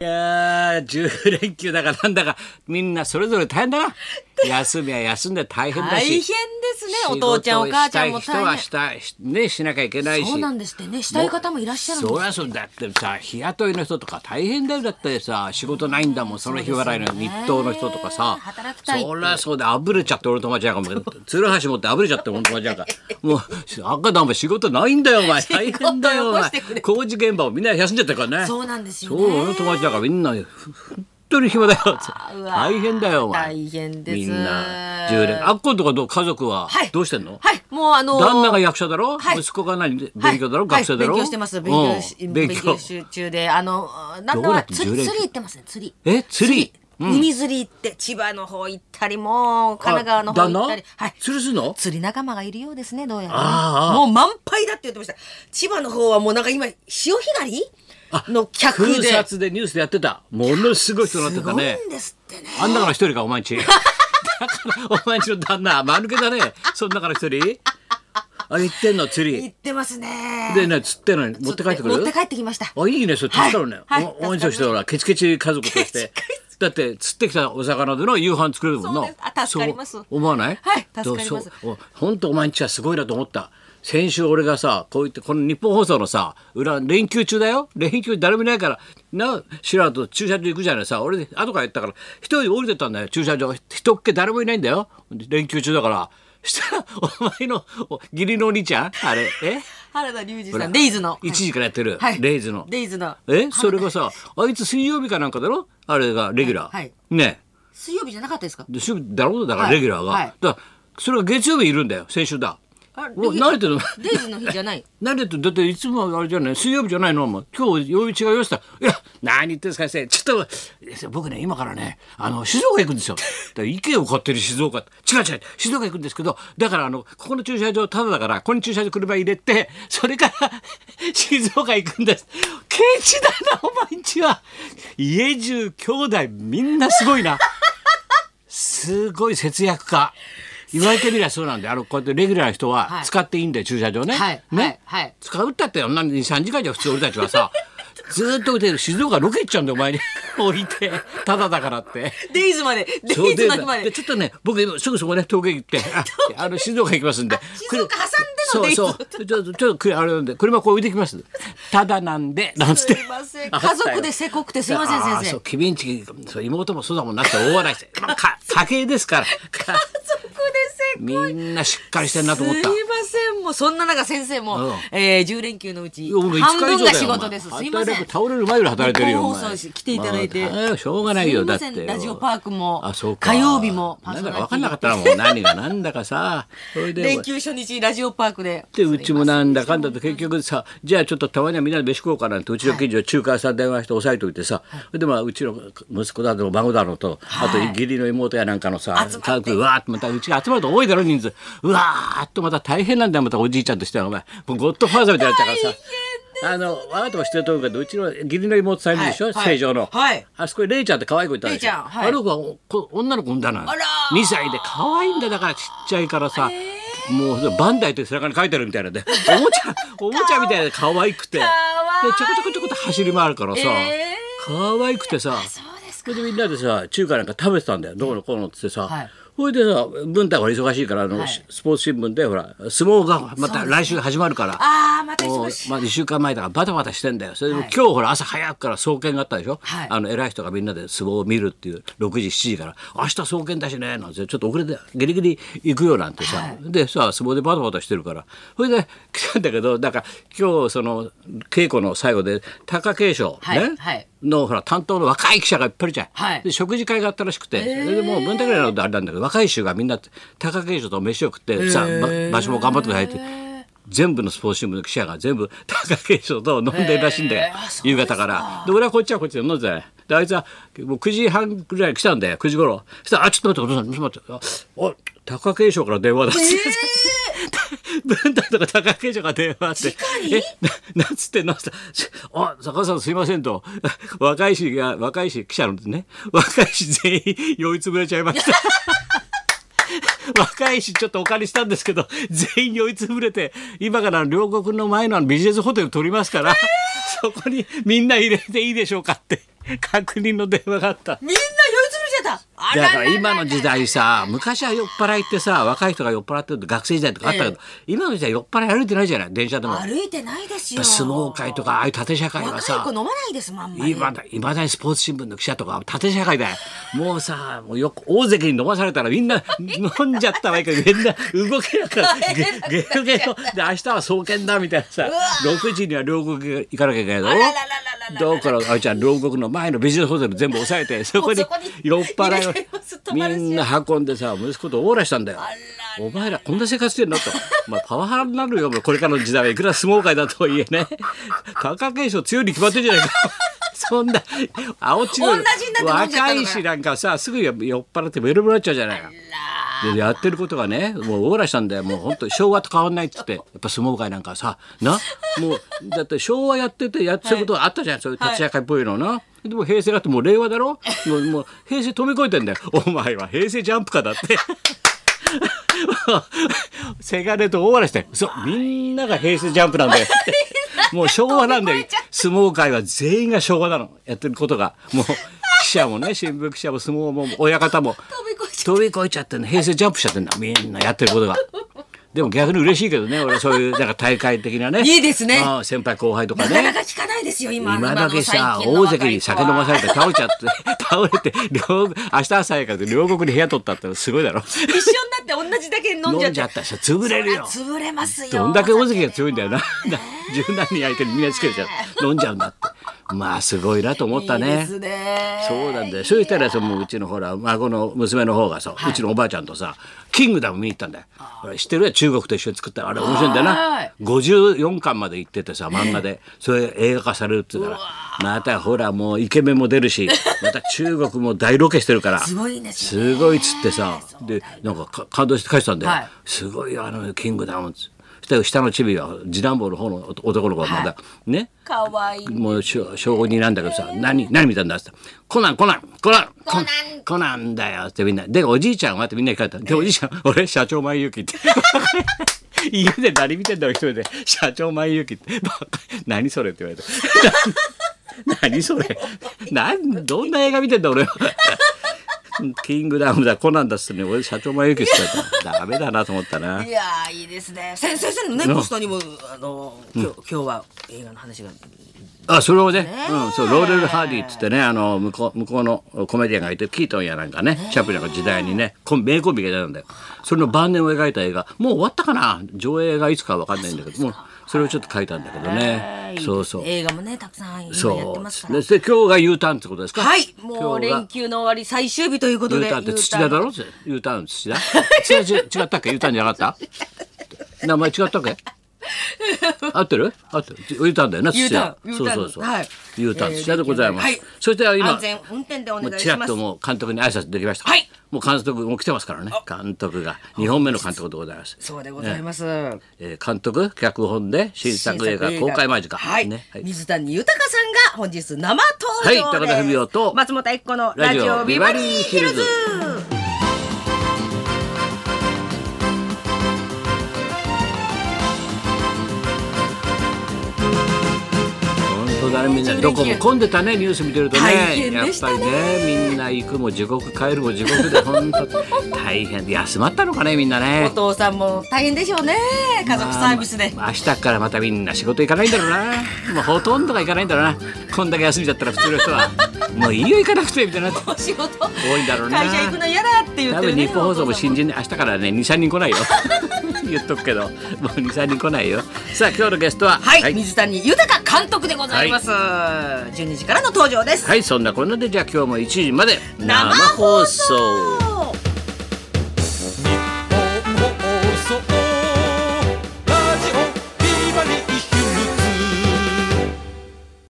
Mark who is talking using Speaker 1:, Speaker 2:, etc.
Speaker 1: いやー、10連休だからなんだか、みんなそれぞれ大変だな。休みは休んで大変だ
Speaker 2: 大
Speaker 1: し。
Speaker 2: 変ですねお父ちゃんお母ちゃんも
Speaker 1: 仕事を
Speaker 2: 大変
Speaker 1: したい人はした、ね、しなきゃいけないし。
Speaker 2: そうなんですってねしたい方もいらっしゃるんです
Speaker 1: そりゃそうだってさ、日雇いの人とか大変だよ。だってさ、仕事ないんだもん、その日払いの日当の人とかさ。
Speaker 2: 働きたいって
Speaker 1: そりゃそうだ、あぶれちゃって俺の友達なんかも、鶴橋持ってあぶれちゃって俺の友達なんか。もう、赤だもん仕事ないんだよ、お前。大変だよ、お
Speaker 2: 仕事よこ
Speaker 1: 前
Speaker 2: してくれ。
Speaker 1: 工事現場もみんな休んじゃったからね。
Speaker 2: そうなんですよ
Speaker 1: そ
Speaker 2: ね
Speaker 1: う、俺の友達だからみんな、ふ本当に暇だよ。
Speaker 2: うわ
Speaker 1: 大変だよ、お前。
Speaker 2: 大変です
Speaker 1: みんな、10連。あっこんとかどう家族は
Speaker 2: はい、
Speaker 1: どうしてんの
Speaker 2: はいもうあのー
Speaker 1: 旦那が役者だろ
Speaker 2: はい
Speaker 1: 息子が何で
Speaker 2: はい
Speaker 1: 勉強だろ
Speaker 2: はい
Speaker 1: 学生だろ
Speaker 2: 勉強してます勉強し
Speaker 1: うん
Speaker 2: 勉
Speaker 1: 勉強
Speaker 2: 強集中であの旦那
Speaker 1: どうやっ
Speaker 2: は
Speaker 1: て
Speaker 2: 釣
Speaker 1: 10連
Speaker 2: り
Speaker 1: 休
Speaker 2: 釣り行ってますね釣り
Speaker 1: え釣り
Speaker 2: 海釣り行って千葉の方行ったりもう神奈川の方行ったり
Speaker 1: 旦那
Speaker 2: はい
Speaker 1: 釣りするの
Speaker 2: 釣り仲間がいるようですねどうやらね
Speaker 1: ああ
Speaker 2: もう満杯だって言ってました千葉の方はもうなんか今潮干狩りの客
Speaker 1: 空
Speaker 2: で
Speaker 1: 撮でニュースでやってたものすごい人になって
Speaker 2: す
Speaker 1: た
Speaker 2: ごい
Speaker 1: ね
Speaker 2: んですってね
Speaker 1: あんだから一人かお前ん ちだからお前んちの旦那間抜けだねそん中から一人あ行ってんの釣
Speaker 2: 行
Speaker 1: り
Speaker 2: ってますね
Speaker 1: でね釣ってんのに持って帰ってくる
Speaker 2: 持って帰ってきました
Speaker 1: あ、いいね、それ、助かるね。
Speaker 2: はいはい
Speaker 1: お応援として、ほら、ケチケチ家族とし
Speaker 2: ケチ
Speaker 1: て
Speaker 2: ケ。
Speaker 1: だって、釣ってきたお魚での夕飯作れるもん
Speaker 2: そう
Speaker 1: な
Speaker 2: ですあ。助かります
Speaker 1: そう思わない
Speaker 2: はい助かります。
Speaker 1: どうそうお本当、お前んちはすごいなと思った。先週俺がさ、こう言って、この日本放送のさ、裏、連休中だよ連休誰もいないから、な、シラと駐車場行くじゃないさ、俺、後から言ったから、一人降りてったんだよ、駐車場。人っけ誰もいないんだよ。連休中だから。したら、お前の、お義理のお兄ちゃんあれ、え
Speaker 2: 原田龍二さんデイズの
Speaker 1: 一時からやってる、
Speaker 2: はい
Speaker 1: レイズの。
Speaker 2: デイズの
Speaker 1: えそれがさあいつ水曜日かなんかだろあれがレギュラー、
Speaker 2: はい
Speaker 1: ね
Speaker 2: 水曜日じゃなかったですか
Speaker 1: で週だろだから
Speaker 2: はい
Speaker 1: レギュラーが、
Speaker 2: はい
Speaker 1: だからそれが月曜日いるんだよ先週だ
Speaker 2: あレギ
Speaker 1: も
Speaker 2: ュ
Speaker 1: う慣れてるの
Speaker 2: デイズの日じゃ ない
Speaker 1: 慣れてるだっていつもあれじゃない水曜日じゃないのもう今日曜日違いましたいや何言ってんですか先生ちょっと先生僕ね今からねあの静岡行くんですよだから意見を買ってる静岡違う違う静岡行くんですけどだからあのここの駐車場タダだからここに駐車場車入れてそれから 静岡行くんですケチだなお前んちは家中兄弟みんなすごいなすごい節約家言われてみりゃそうなんであのこうやってレギュラーの人は
Speaker 2: はい
Speaker 1: 使っていいんだよ、駐車場ね、
Speaker 2: はい
Speaker 1: ね、
Speaker 2: はいはい
Speaker 1: 使うったってあんなに3時間じゃ普通俺たちは さずーっと置いてる静岡ロケ行っちゃうんだよお前に置いてただだから って。
Speaker 2: デイズまでデ
Speaker 1: そう
Speaker 2: イズ
Speaker 1: で
Speaker 2: の日まで
Speaker 1: でちょっとね僕今すぐそこね東京行 ってああの静岡行きますんで
Speaker 2: 静岡挟んでの
Speaker 1: そうそうちょっとちょっとくあれなんで車こう置いてきますただなん でなんつっ
Speaker 2: す
Speaker 1: て
Speaker 2: いません家族でせこくてすいませ
Speaker 1: あ
Speaker 2: ん
Speaker 1: ー
Speaker 2: 先
Speaker 1: そう
Speaker 2: 生
Speaker 1: 君んちそう妹もそうだもんなって大笑いして、まあ、か家計です からか
Speaker 2: 家族でせ
Speaker 1: みんなしっかりしてんなと思っ
Speaker 2: すい
Speaker 1: た
Speaker 2: ま。せんもうそんな中先生も、
Speaker 1: うん
Speaker 2: えー、10連休のうち
Speaker 1: 俺
Speaker 2: 半
Speaker 1: 5日以上だ
Speaker 2: 分が
Speaker 1: よ
Speaker 2: 仕
Speaker 1: お
Speaker 2: 事
Speaker 1: 前
Speaker 2: ですすいません
Speaker 1: 働く倒れる前ぐらい働いてるよお
Speaker 2: 日本
Speaker 1: 前
Speaker 2: 放送し来ていただいて、
Speaker 1: まあ大変しょうがないよ
Speaker 2: す
Speaker 1: だっ
Speaker 2: ません
Speaker 1: て
Speaker 2: ラジオパークも
Speaker 1: あそうか
Speaker 2: 火曜日もパー
Speaker 1: な
Speaker 2: ソ
Speaker 1: ん
Speaker 2: ナ
Speaker 1: だか
Speaker 2: リティ
Speaker 1: 分かんなかったなもう何が何だかさそれで
Speaker 2: 連休初日ラジオパークで
Speaker 1: でうちもなんだかんだと結局さじゃあちょっとたまにはみんなで飯食おうかなんてうちの近所の中華屋さん電話して押さえておいてさ、それでまあうちの息子だの孫だのと、
Speaker 2: はい
Speaker 1: あと義理の妹やなんかのさ
Speaker 2: 集まって
Speaker 1: 家族うわーってまたうちが集まると多いだろ人数うわーっとまた大変なんだよまたおじいちゃんとしてはお前もうゴッドファーザーみたいになっちゃうからさ。あの、我がとも知ってると思うけど、うちの義理の妹さんいるでしょ、
Speaker 2: はいはい
Speaker 1: 正常の。
Speaker 2: はい
Speaker 1: あそこにレイちゃんって可愛い子いたでしょ。
Speaker 2: レイちゃんはい
Speaker 1: あの子はおこ女の子産んだな。
Speaker 2: あらー
Speaker 1: 2歳で可愛いんだだからちっちゃいからさ、もうバンダイって背中に書いてあるみたいなん でおもちゃおもちゃみたいで可愛くてで
Speaker 2: かわいい
Speaker 1: ちょこちょこちょこって走り回るからさ、
Speaker 2: え
Speaker 1: 可愛くてさ
Speaker 2: そうです
Speaker 1: それでみんなでさ中華なんか食べてたんだよどうのこうのっつってさ、
Speaker 2: はい
Speaker 1: ほいでさ文太が忙しいからあの、
Speaker 2: はい
Speaker 1: スポーツ新聞でほら相撲がまた来週始まるから。
Speaker 2: ああまた
Speaker 1: もう
Speaker 2: 忙しい
Speaker 1: まあ、2週間前だからバタバタしてんだよそれでも
Speaker 2: はい
Speaker 1: 今日ほら朝早くから総見があったでしょ、
Speaker 2: はい
Speaker 1: あの偉い人がみんなで相撲を見るっていう6時7時から「明日総見だしね」なんてちょっと遅れてギリギリ行くよなんてさ、
Speaker 2: はい
Speaker 1: でさ相撲でバタバタしてるからそれで来たんだけどだから今日その稽古の最後で貴景勝、
Speaker 2: はい
Speaker 1: ね
Speaker 2: はい
Speaker 1: のほら担当の若い記者がいっぱいいるじゃん、
Speaker 2: はい
Speaker 1: で食事会があったらしくて、それでもう文太ぐらいのあれなんだけど若い衆がみんな貴景勝と飯を食ってさ、ま場所も頑張ってくださいって。全部のスポーツ新聞の記者が全部貴景勝と飲んでるらしいんだよ、
Speaker 2: へーあそう
Speaker 1: 夕方からで俺はこっちはこっちで飲んでたねであいつはもう9時半ぐらいに来たんだよ9時頃そしたら「あちょっと待ってお父さんちょっと待ってああ貴景勝から電話だ」って、文太とか貴景勝が電話って「えななんつってんの?」って「あ坂田さんすいません」と「若い氏が若い氏記者のね若い氏全員酔いつぶれちゃいました」 若いしちょっとお借りしたんですけど全員酔いつぶれて今から両国の前のあのビジネスホテル取りますから、そこにみんな入れていいでしょうかって確認の電話があった。
Speaker 2: みんな酔いつぶれちゃったあ
Speaker 1: だ
Speaker 2: らら
Speaker 1: から
Speaker 2: らら
Speaker 1: 今の時代さ昔は酔っ払いってさ若い人が酔っ払ってると学生時代とかあったけど、
Speaker 2: え
Speaker 1: 今の時代酔っ払い歩いてないじゃない電車でもやっ
Speaker 2: 歩いてないです
Speaker 1: ぱ
Speaker 2: よ
Speaker 1: 相撲界とかああいう縦社会は
Speaker 2: 若い
Speaker 1: さ
Speaker 2: 子飲まないですもんあんまり
Speaker 1: 今だいまだにスポーツ新聞の記者とか縦社会だよもうさもうよく大関に飲まされたらみんな飲んじゃったわけみんな動けなくな
Speaker 2: 大
Speaker 1: ゲ
Speaker 2: 変だ
Speaker 1: ゲロゲロで明日は送検だみたいなさ
Speaker 2: うわ
Speaker 1: 6時には両国行かなきゃいけないだ
Speaker 2: あららららら
Speaker 1: ろだからあいちゃん両国の前のビジネスホテル全部押さえてそこに
Speaker 2: もうそこに
Speaker 1: 酔っ払い
Speaker 2: 入れちゃいます泊ま
Speaker 1: を
Speaker 2: るし
Speaker 1: みんな運んでさ息子とオーラしたんだよ
Speaker 2: らら
Speaker 1: お前らこんな生活してんのとお前パワハラになるよもうこれからの時代はいくら相撲界だとはいえ ね貴景勝強いに決まってんじゃないかそんな青中
Speaker 2: 同じになって飲んじゃったのかな
Speaker 1: 若いしなんかさすぐ酔っ払ってベロベロになっちゃうじゃないかでやってることがねもうオーラしたんだよもう本当昭和と変わんないっつってやっぱ相撲界なんかさなもうだって昭和やっててやってることがあったじゃん、そういう立ち上がりっぽいのな、でも平成だってもう令和だろもうもう平成飛び越えてんだよお前は平成ジャンプかだって。 せがれと大笑いしてそうみんなが平成ジャンプなんだよもう昭和なんだよ相撲界は全員が昭和なのやってることがもう記者もね新聞記者も相撲も親方も
Speaker 2: 飛び越えちゃ
Speaker 1: 飛び越えちゃってんの平成ジャンプしちゃってんだみんなやってることが。でも逆に嬉しいけどね俺はそういうなんか大会的なね
Speaker 2: いいですね
Speaker 1: ああ先輩後輩とか
Speaker 2: なかな
Speaker 1: ね
Speaker 2: か聞かないですよ今
Speaker 1: 今だけさ
Speaker 2: 今の
Speaker 1: 大
Speaker 2: 最近の若い子
Speaker 1: 関
Speaker 2: は
Speaker 1: に酒飲まされて倒れちゃって倒れて両明日朝早くから両国に部屋取ったってすごいだろ
Speaker 2: 一緒になって同じだけ飲んじゃって
Speaker 1: 飲んじゃったし潰れるよ
Speaker 2: そりゃ潰れますよ
Speaker 1: どんだけ大関が強いんだ よな。十何人相手にみんなつけちゃう。飲んじゃうんだって。まあすごいなと思った
Speaker 2: いい
Speaker 1: ね。
Speaker 2: ですね
Speaker 1: そうなんだよ。そうしたらそのうちのほら孫の娘の方がさ、うちのおばあちゃんとさ、キングダム見に行ったんだよ。ほら知ってるよ中国と一緒に作ったあれ面白いんだよ
Speaker 2: は。
Speaker 1: ない54巻まで行っててさ漫画で、それ映画化されるって言うから。またほらもうイケメンも出るし、また中国も大ロケしてるから。
Speaker 2: すごいんですよね
Speaker 1: すごいっつってさ、で、なんかか感動して返したんだよ。
Speaker 2: はい
Speaker 1: すごいよ、あの、キングダムっつ。そしたら下のチビは、次男坊の方の男男の子はまだ、ね、
Speaker 2: かわいい
Speaker 1: もう小小二なんだけどさ、何、何見たんだっつって、コナン、コナン、コナン、コ
Speaker 2: ナン
Speaker 1: コナンだよってみんな。で、おじいちゃんはってみんなに書いた。で、おじいちゃん、俺、社長前ゆき って。家で何見てんだろ、一人で。社長前ゆきって。 バカ何それって言われて。 何それなんどんな映画見てんだ俺 はキングダムだコナンだっつってね俺社長前行きしてたダメだなと思ったない
Speaker 2: やーいいですね先先生のねポスターにもあの今日今日は映画の話が
Speaker 1: あそれをねうん、そうローレル・ハーディっつってねあの向こう向こうのコメディアンがいてキートンやなんかねチャップリンの時代にねコン名コンビがいたんだよそれの晩年を描いた映画もう終わったかな上映がいつかわかんないんだけどもうそれをちょっと書いたんだけどねそうそう
Speaker 2: 映画もねたくさん今やっ
Speaker 1: そ
Speaker 2: て
Speaker 1: う
Speaker 2: ますか
Speaker 1: で
Speaker 2: ら
Speaker 1: で今日が U ターンってことですか
Speaker 2: はいも
Speaker 1: 今
Speaker 2: う
Speaker 1: 日が
Speaker 2: 連休の終わり最終日ということ
Speaker 1: ユ
Speaker 2: で
Speaker 1: ーターンって土
Speaker 2: U-turn
Speaker 1: 田だろ ?U ターン土田土田違違ったっけ ?U ターンじゃな かった名前違ったっけ合ってる合ってる。U ターンだよな、土
Speaker 2: U
Speaker 1: 田
Speaker 2: タ。ーン
Speaker 1: そうそうそう
Speaker 2: はい。
Speaker 1: U ターン、
Speaker 2: えー
Speaker 1: 土田でございます。
Speaker 2: はい
Speaker 1: そして今、
Speaker 2: 安全運転でお
Speaker 1: もう
Speaker 2: 願い
Speaker 1: ち
Speaker 2: し
Speaker 1: らっ
Speaker 2: ます
Speaker 1: ともう監督に挨拶できました。
Speaker 2: はい
Speaker 1: もう監督もう来てますからね。監督が。2本目の監督でございます。
Speaker 2: そうでございます、
Speaker 1: えー監督、脚本で新作映画公開間近。
Speaker 2: はい、
Speaker 1: ねはい
Speaker 2: 水谷豊さんが本日生登場です、
Speaker 1: はい高田文夫と
Speaker 2: 松本一子のラジオビバリーヒルズ
Speaker 1: ラ本当だねみんなどこも混んでたねニュース見てるとね
Speaker 2: 大変
Speaker 1: やっ
Speaker 2: でし
Speaker 1: ぱ
Speaker 2: た
Speaker 1: り
Speaker 2: ね
Speaker 1: ねみんな行くも地獄帰るも地獄で本当大変で休まったのかねみんな
Speaker 2: お
Speaker 1: ね
Speaker 2: 父さんも大変でしょうね家族サービスで、
Speaker 1: まあ明日からまたみんな仕事行かないんだろうなもうほとんどが行かないんだろうなこんだけ休みだったら普通の人はもういいよ行かなくてみたいな
Speaker 2: お仕事
Speaker 1: 多いんだろうな
Speaker 2: 会社行くの嫌だって言っ
Speaker 1: 多
Speaker 2: てる
Speaker 1: 分
Speaker 2: ね
Speaker 1: 日本放送も
Speaker 2: お父さん
Speaker 1: 新人で明日からね23人来ないよ 言っとくけどもう23人来ないよさあ今日のゲストは
Speaker 2: はい、
Speaker 1: はい、
Speaker 2: 水谷豊監督でございます、12時からの登場です
Speaker 1: はいそんなこんなでじゃあ今日も1時まで
Speaker 2: 生放送